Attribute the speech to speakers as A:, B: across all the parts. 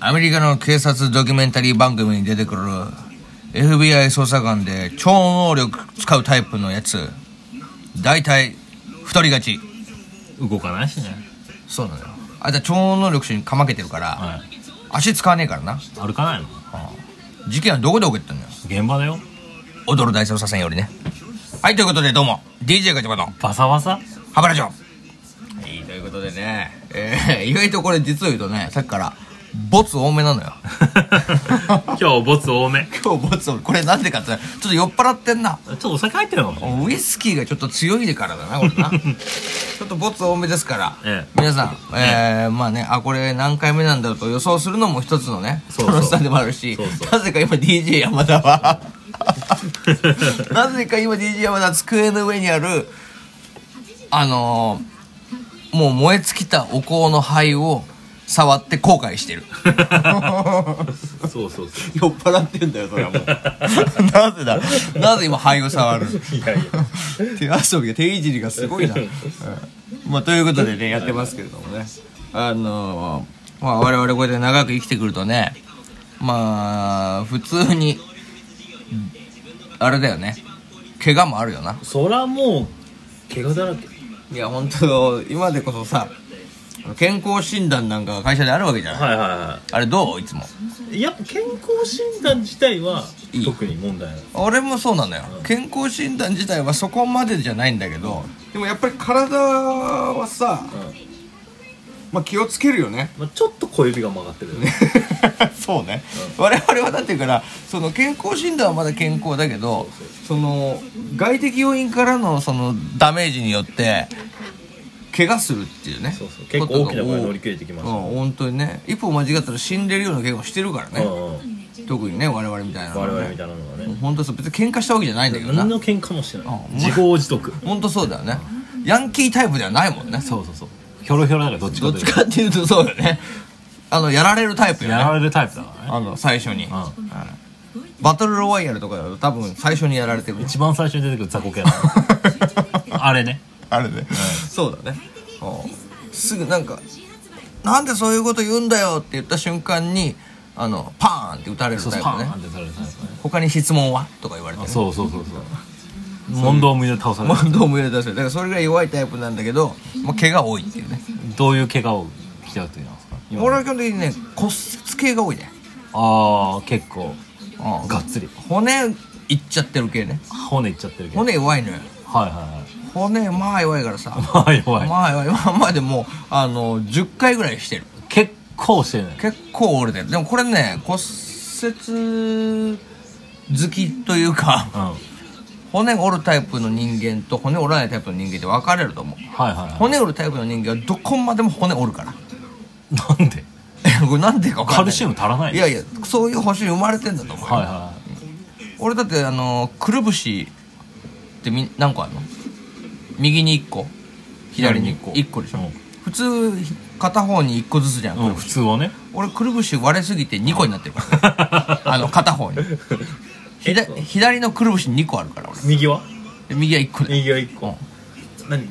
A: アメリカの警察ドキュメンタリー番組に出てくる FBI 捜査官で超能力使うタイプのやつ大体太りがち
B: 動かないしね
A: そうなのよあいつは超能力者にかまけてるから、
B: はい
A: 足使わねえからな
B: 歩かないの
A: 事件はどこで起きてんのよ
B: 現場だよ
A: 踊る大捜査線よりねはいということでどうも DJ ガチャバの
B: バサバサ
A: ハブラジオはいということでね、えー、意外とこれ実を言うとねさっきからボツ多めなのよ
B: 今日ボツ多めち
A: 今日ボツ多めこれなんでかってちょっと酔っ払ってんな
B: ょっとお酒入ってるのかも
A: ウイスキーがちょっと強いでからだなこれ なちょっとボツ多めですから、
B: ええ
A: 皆さん、えーまあねあこれ何回目なんだろうと予想するのも一つのね
B: そうそう
A: 楽しさでもあるし
B: そうそ
A: な
B: う
A: ぜか今 DJ 山田はなぜか今 DJ 山田は机の上にあるあのーもう燃え尽きたお香の灰を触って後悔してる
B: そうそうそ
A: 酔っ払ってんだよそれはもう なぜだなぜ今灰を触る
B: ういやいや
A: 手遊びが手いじりがすご いな、うんまあということでねやってますけれどもねあのーまあ我々こうやって長く生きてくるとねまあ普通にあれだよね怪我もあるよな
B: そらもう怪我だらけ
A: いや本当今でこそさ健康診断なんかが会社であるわけじゃない、
B: はいはいは
A: あれどういつも
B: いやっぱ健康診断自体はい
A: い
B: 特に問題ない
A: 俺もそうなのよ健康診断自体はそこまでじゃないんだけどでもやっぱり体はさ、まあ気をつけるよね
B: まあ、ちょっと小指が曲がってるよね
A: そうね、我々はだってからその健康診断はまだ健康だけどその外的要因からのそのダメージによって怪我するっていうね
B: そうそう結構大きな声乗り切れてきま
A: うん
B: したね
A: 本当にね一歩間違ったら死んでるような怪我をしてるから
B: う
A: ね、
B: んうん
A: 特にね我々みたいなのは
B: 我
A: ね
B: 々みたいなのはね
A: 本当そう別に喧嘩したわけじゃないんだけどな
B: 何の喧嘩もしてない
A: うん
B: 自業自得
A: 本当そうだよねヤンキータイプではないもんね
B: そうそうそうひょろひょろだからどっち
A: どっちかっていうとそうよねあのやられるタイプよね
B: れるタイプだから
A: あの最初に、
B: ん
A: うんバトルロワイヤルとかだと多分最初にやられてる
B: 一番最初に出てくる雑魚系 あれね
A: あれね、そうだねうんすぐなんか「なんでそういうこと言うんだよ」って言った瞬間にあのパーンって打たれるタイ
B: パ
A: プ
B: ーンっ
A: ね
B: てされるタイプね
A: 他に質問はとか言われて、ね、
B: そうそうそうそう問答無用で倒される
A: 問答無用で出せるだからそれぐらい弱いタイプなんだけど、まあ、怪我多いっていうね
B: どういう怪我をしてるというのですか今
A: 俺は基本的にね骨折系が多いね、
B: ああ結構
A: うん
B: がっつり
A: 骨いっちゃってる系ね
B: 骨いっちゃってるけどは
A: 骨
B: い
A: 弱いのよ
B: はいはい
A: 骨まあ弱いからさ
B: まあ弱い
A: まあ弱い今までもうあの10回ぐらいしてる
B: 結構してない
A: 結構折れてるでもこれね骨折好きというか
B: うんはい
A: 骨折るタイプの人間と骨折らないタイプの人間って分かれると思う
B: はいは
A: 骨折るタイプの人間はどこまでも骨折るから
B: いなんで
A: これなんでか分かんない
B: カルシウム足らない
A: いやいやそういう星に生まれてんだと思うよ、
B: はいは
A: 俺だってあのくるぶしってみ何個あるの右に1個左に1個
B: 左に
A: 1個でしょ、
B: うん
A: 普通片方に1個ずつじゃん、
B: いうん普通はね
A: 俺くるぶし割れすぎて2個になってる から、ね、あの片方にひだ左のくるぶし2個あるから俺
B: 右は
A: で右は1個で
B: 右は1個何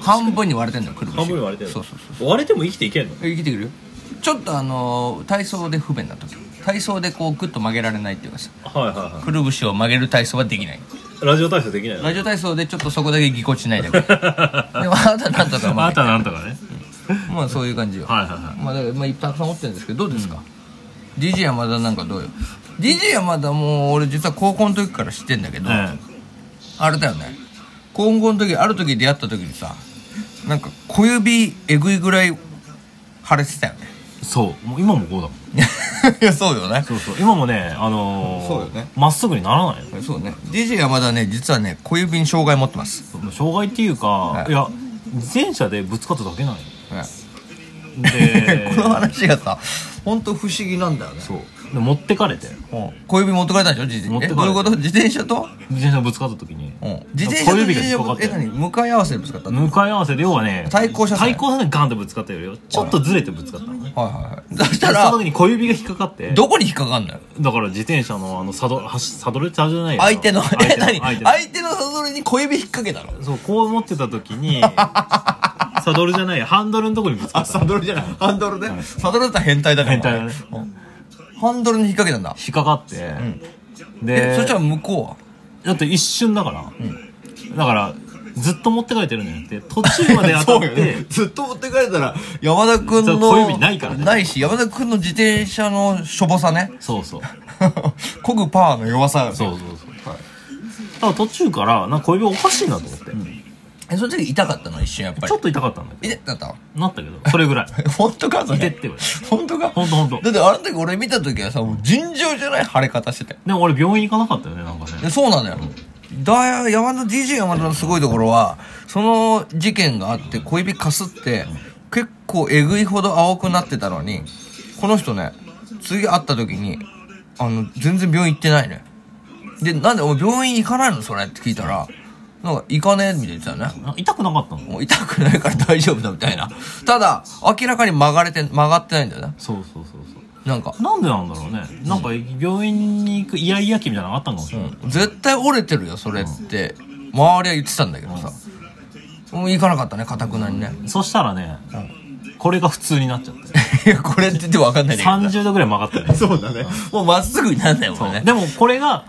A: 半分に割れてんだよくるぶし
B: 半分に割れてる
A: そうそうそう
B: 割れても生きていけんの
A: う生きてくるよちょっとあのー体操で不便な時体操でこうグッと曲げられないっていうかさ
B: はいはいは
A: くるぶしを曲げる体操はできない
B: いラジオ体操できないの
A: ラジオ体操でちょっとそこだけぎこちないで くれでもあなたなんとか
B: あ
A: ま
B: なたなんとかね
A: あまあそういう感じよ
B: はいはいはい
A: まあだからまあいっぱいたくさん持ってるんですけどどうですか、DJ 山田なんかどうよ DJ 山田もう俺実は高校の時から知ってんだけど、
B: え
A: あれだよね高校の時ある時出会った時にさなんか小指えぐいぐらい腫れてたよね
B: えそうもう今もこうだもん
A: いやそうよね
B: そうそう今もねあのー
A: そうよね
B: まっすぐにならないの
A: そうね DJ 山田ね実はね小指に障害持ってます、
B: 障害っていうか、
A: い
B: い、や自転車でぶつかっただけなのよ
A: ね
B: で
A: この話がさ本当不思議なんだよね
B: そうで持ってかれて
A: 小指持ってかれたんでしょ自
B: 持っ
A: 転
B: て
A: え
B: かれ
A: ど
B: た
A: ういうこと自転車と、
B: 自転車ぶつかった時に
A: うん、自転車と
B: 小
A: 自
B: 指が
A: 転車
B: 引っかか
A: ぶ
B: っ
A: え
B: て
A: 何向かい合わせでぶつかったの
B: 向かい合わせで要はね
A: 対向車線
B: 対向車線ガンってぶつかったよりよちょっとずれてぶつかったのね
A: はいはいはいそした
B: その
A: ら
B: 時に小指が引っかかって
A: どこに引っかかんのよ
B: だから自転車のあのサドはしサドルサドルじゃないよ
A: 相手の
B: 相
A: え
B: 手 の
A: 何
B: 相手の
A: 相手のサドルに小指引っ掛けたの
B: そうこう持ってた時にそサドルじゃないやハンドルのとこにぶつか
A: あ、
B: った
A: サドルじゃない。ハンドルね。サドルだったら変態だから。
B: 変態だね
A: うんハンドルに引っ掛けたんだ。
B: 引っかかって、
A: え、
B: で
A: そしたら向こ
B: だって一瞬だから、だからずっと持って帰ってるんじゃなくて途中ま
A: う
B: で
A: は。
B: 当たって、
A: ずっと持って帰ったら、山田くんの。
B: そう小指ないからね
A: ないし、山田くんの自転車のしょぼさね。
B: そうそう
A: こぐパワーの弱さ。
B: そうそうそう、だから途中からなんか小指おかしいなと思って、
A: え、その時痛かったの一瞬やっぱり。
B: ちょっと痛かったんだけ
A: 痛かった
B: どなったけどそれぐらい
A: 本当かそれ。
B: 痛ってばい
A: 本当か
B: ほんとほんと
A: だってあの時俺見た時はさ、もう尋常じゃない腫れ方してたよ。
B: でも俺病院行かなかったよねなんか
A: で
B: ね
A: そうなのよ。だい山田、DJ 山田のすごいところは、その事件があって小指かすって、結構えぐいほど青くなってたのに、この人ね、次会った時に、あの、全然病院行ってないね。で、なんでお前病院行かないのそれって聞いたら、なんか行かねえみたいに言ってたよね。
B: あ痛くなかったの
A: もう痛くないから大丈夫だみたいな。ただ、明らかに曲がれて、曲がってないんだよね。
B: そうそうそうそ
A: なんか、
B: うなんでなんだろうねなんか病院に行くイヤイヤ期みたいなのがあったのかもしれない、
A: 絶対折れてるよ、それって。周りは言ってたんだけどさ。もう行かなかったね、かたくなにね。
B: そしたらね、これが普通になっちゃって
A: いや、これって言ってわかんないんだけ
B: 30度ぐらい曲がってね
A: ど。 そうだね。もうまっすぐになんないもんね。
B: でもこれが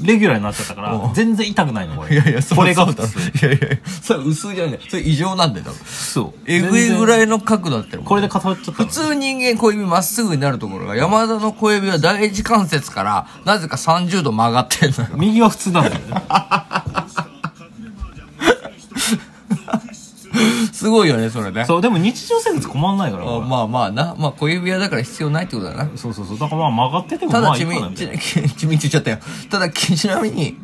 B: レギュラーになっちゃったか
A: う
B: ら
A: ん
B: 全然痛くないのこれ
A: いやいや、そう
B: これが
A: そう
B: 普
A: だろ
B: 通
A: いやいや、それ薄いじゃねえ。それ異常なんだよ、多分
B: そう
A: えぐいぐら
B: い
A: いの角度だったよ。
B: これで固まっちゃった
A: 普
B: の
A: 通人間小指まっすぐになるところが、山田の小指は第一関節から、なぜか30度曲がってんのよ。
B: 右は普通なんだよね
A: すごいよね、それね。
B: そうでも日常生活困んないから
A: あ
B: 俺
A: まあまあな。まあ小指輪だから必要ないってことだな。
B: そうそうそうだからまあ曲がってても
A: た
B: ま
A: だ
B: あい
A: ち
B: いか
A: み
B: なみたい
A: ち
B: な
A: ちみって言っちゃったよ。ただきちなみに、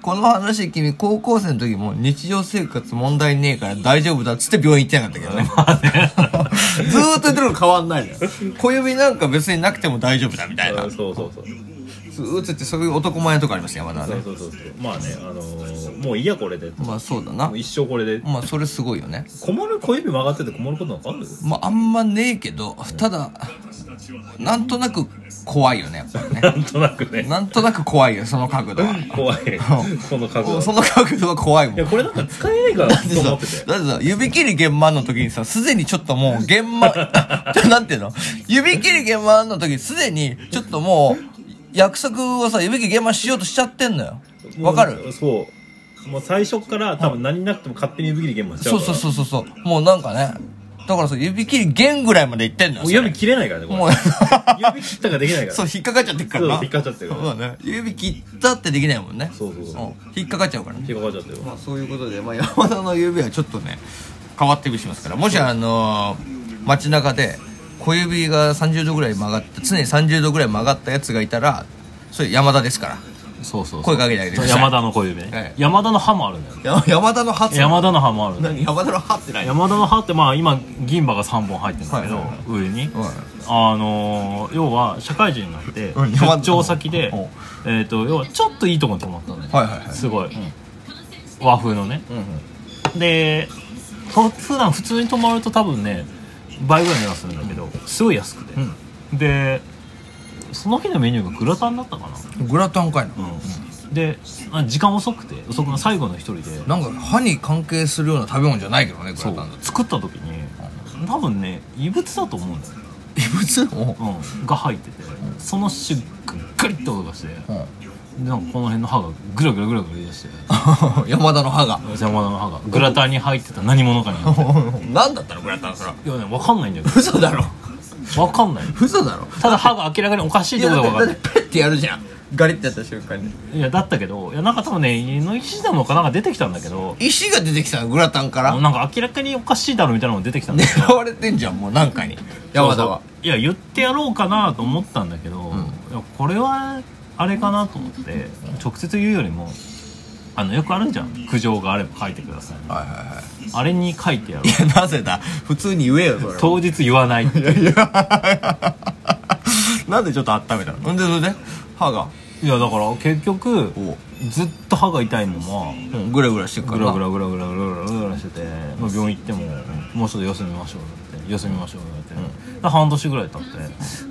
A: この話君高校生の時も日常生活問題ねえから大丈夫だっつって病院行ってなかったけど ね。 ずーっと言ってるの変わんないのよ。小指なんか別になくても大丈夫だみたいな。ず
B: そうそうそう
A: ーっと言ってそういう男前のとこありますね、山田はね。
B: そうそうそうまあねあのもういいやこれで
A: まあそうだな。
B: 一生これで
A: まあそれすごいよね。
B: 困る小指曲がってて困ることなんかある
A: まああんまねえけど、ただ、なんとなく怖いよね、やっぱりね。
B: なんとなくね
A: なんとなく怖いよ、その角度は。
B: 怖いこの角
A: もうその角度は怖いもん。だ
B: これなんか使えないから
A: ってさ、だってさ、指切り現場の時にさ、すでにちょっともう現 場、ちょなんていうの指切り現場の時、すでにちょっともう、約束をさ、指切り現場しようとしちゃってんのよ。わかる
B: そうもう最初から多分何なくても勝手に指切り現場しちゃう
A: そうそうそうそうそう。もうなんかね、だからさ、指切り弦ぐらいまでいってんのよ。
B: もう
A: それ
B: 指切れないからねこれ
A: もう
B: 指切ったができないか ら
A: そう、引っかかっちゃってっからな。
B: そう引っかかっちゃってるから
A: そうだね。指切ったってできないもんね。
B: そうそうそう
A: うん引っかかっちゃうからね。
B: 引っかかっちゃったよ
A: まあ、そういうことで、まあ、山田の指はちょっとね変わってみしますからもしあのー街中で小指が30度ぐらい曲がって常に30度ぐらい曲がったやつがいたらそれ山田ですから
B: そうそう
A: 声かけてあげてください
B: 山田の小指
A: はい
B: ね山田の歯もあるんだよね
A: や山田の歯って
B: 山田の歯もあるんだよ
A: 何山田の歯ってない
B: 山田の歯ってまあ今銀歯が3本入ってるんだけど
A: はいはい
B: 上
A: う
B: に
A: ん
B: あのー要は社会人になって
A: うん
B: 出張先で
A: うん
B: えっと要はちょっといいとこに泊まったのね
A: はいはいはい
B: すごい和風のね
A: うんうん
B: でと普段普通に泊まると多分ね倍ぐらいの値段するんだけどすごい安くて、でその日のメニューがグラタンだったかな、
A: グラタンかいな、
B: であ時間遅くて遅くの最後の一人で
A: なんか歯に関係するような食べ物じゃないけどねグ
B: そ
A: ラ
B: う
A: タンだと
B: 作った時に多分ね異物だと思うんだよ、
A: 異物を
B: うん、が入っててその瞬間ガリッて音がして
A: うん
B: なんかこの辺の歯がグラグラグラグラ言い出して
A: 山田の歯 が
B: 邪魔の歯がグラタンに入ってた何者か にい
A: 何だったのグラタンそら
B: やね分かんないんだけ
A: 嘘だろ
B: ど分かんない
A: 嘘だろ
B: ただ歯が明らかにおかしい
A: い
B: って
A: や
B: こと
A: だ
B: が
A: って
B: 分か
A: だ
B: る
A: ってペッてやるじゃんガリッてやった瞬間に
B: いやだったけどいやなんか多分ねの石だのかなんか出てきたんだけど
A: 石が出てきたのグラタンから
B: なんか明らかにおかしいだろみたいなのが出てきたんだけど
A: 狙われてんじゃんもうなんかに山田は
B: そうそういや言ってやろうかなと思ったんだけど、いやこれはあれかなと思って直接言うよりもあのよくあるじゃん苦情があれば書いてください
A: はいはいは
B: あれに書いてやろう
A: い いやなぜだ普通に言えよそれ
B: 当日言わないって
A: なんでちょっと温めたのほんでそれで歯が
B: いやだから結局
A: こ
B: ずっと歯が痛いまま
A: う、うん、グラグラしてくか
B: グ
A: ら
B: ラ グラグラグラグラグラグラしてて、まあ、病院行っても、もうちょっと休みましょうって休みましょうって、で半年ぐらい経って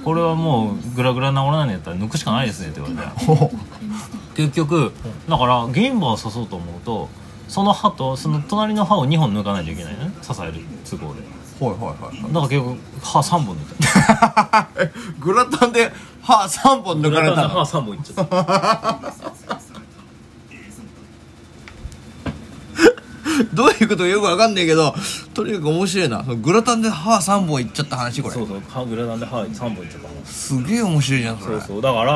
B: これはもうグラグラ治らないんやったら抜くしかないですねって言われて
A: ほう
B: 結局だから銀歯を刺そうと思うとその歯とその隣の歯を2本抜かないといけないね支える都合で
A: はいはい
B: だから結局歯3本抜いた
A: はいグラタンで歯3本抜かれた
B: 歯
A: の
B: 3本いっちゃった
A: どういうことかよくわかんないけどとにかく面白いなそのグラタンで歯3本いっちゃった話これ
B: そうそう歯グラタンで歯3本いっちゃったの
A: すげえ面白いじゃんそ
B: そ
A: れ
B: うそうだから、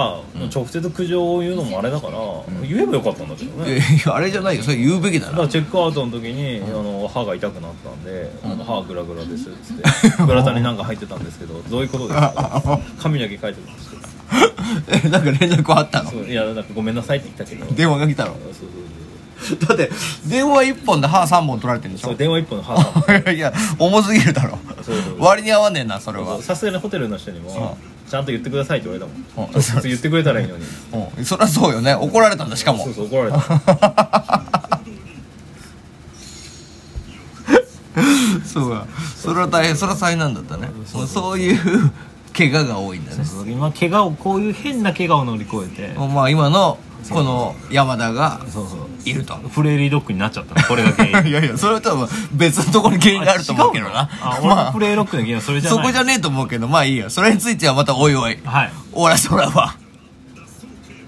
B: 直接苦情を言うのもあれだから、言えばよかったんだけど
A: いやい
B: ね
A: やあれじゃないよそれ言うべきだ
B: だか
A: な
B: らチェックアウトの時に、あの歯が痛くなったんで「あの歯グラグラです」っつ って「グラタンになんか入ってたんですけどどういうことです か?」髪だけ書いてたんですけど
A: えなんか連絡あったの
B: そういやなんかごめんなさいって言ったけど
A: 電話が来たの
B: そうそう
A: だって電話1本で歯3本取られてるんでし
B: そうそ
A: ょ
B: う電話一本の歯が
A: いや重すぎるだろ
B: そうそう
A: 割に合わねえなそれは
B: さすがにホテルの人にも「ちゃんと言ってください」って言われたも
A: うん
B: ん直接言ってくれたらいいのに
A: うんそりゃそうよね怒られたんだしかも
B: そうそう怒られた
A: そうだそれは大変それは災難だったねそういう怪我が多いんだね
B: 今怪我をこういう変な怪我を乗り越えて
A: まあ今のこの山田が
B: そうそう
A: いると
B: フレーリードッグになっちゃったのこれ が原因
A: いやいやそれは多分別のところに原因があると思うけどな
B: あ違うのあ、
A: ま
B: 俺の
A: あ
B: プレイロックの原因はそれじゃない
A: そこじゃねえと思うけどまあいいやそれについてはまたおいおい
B: はい
A: オラソラは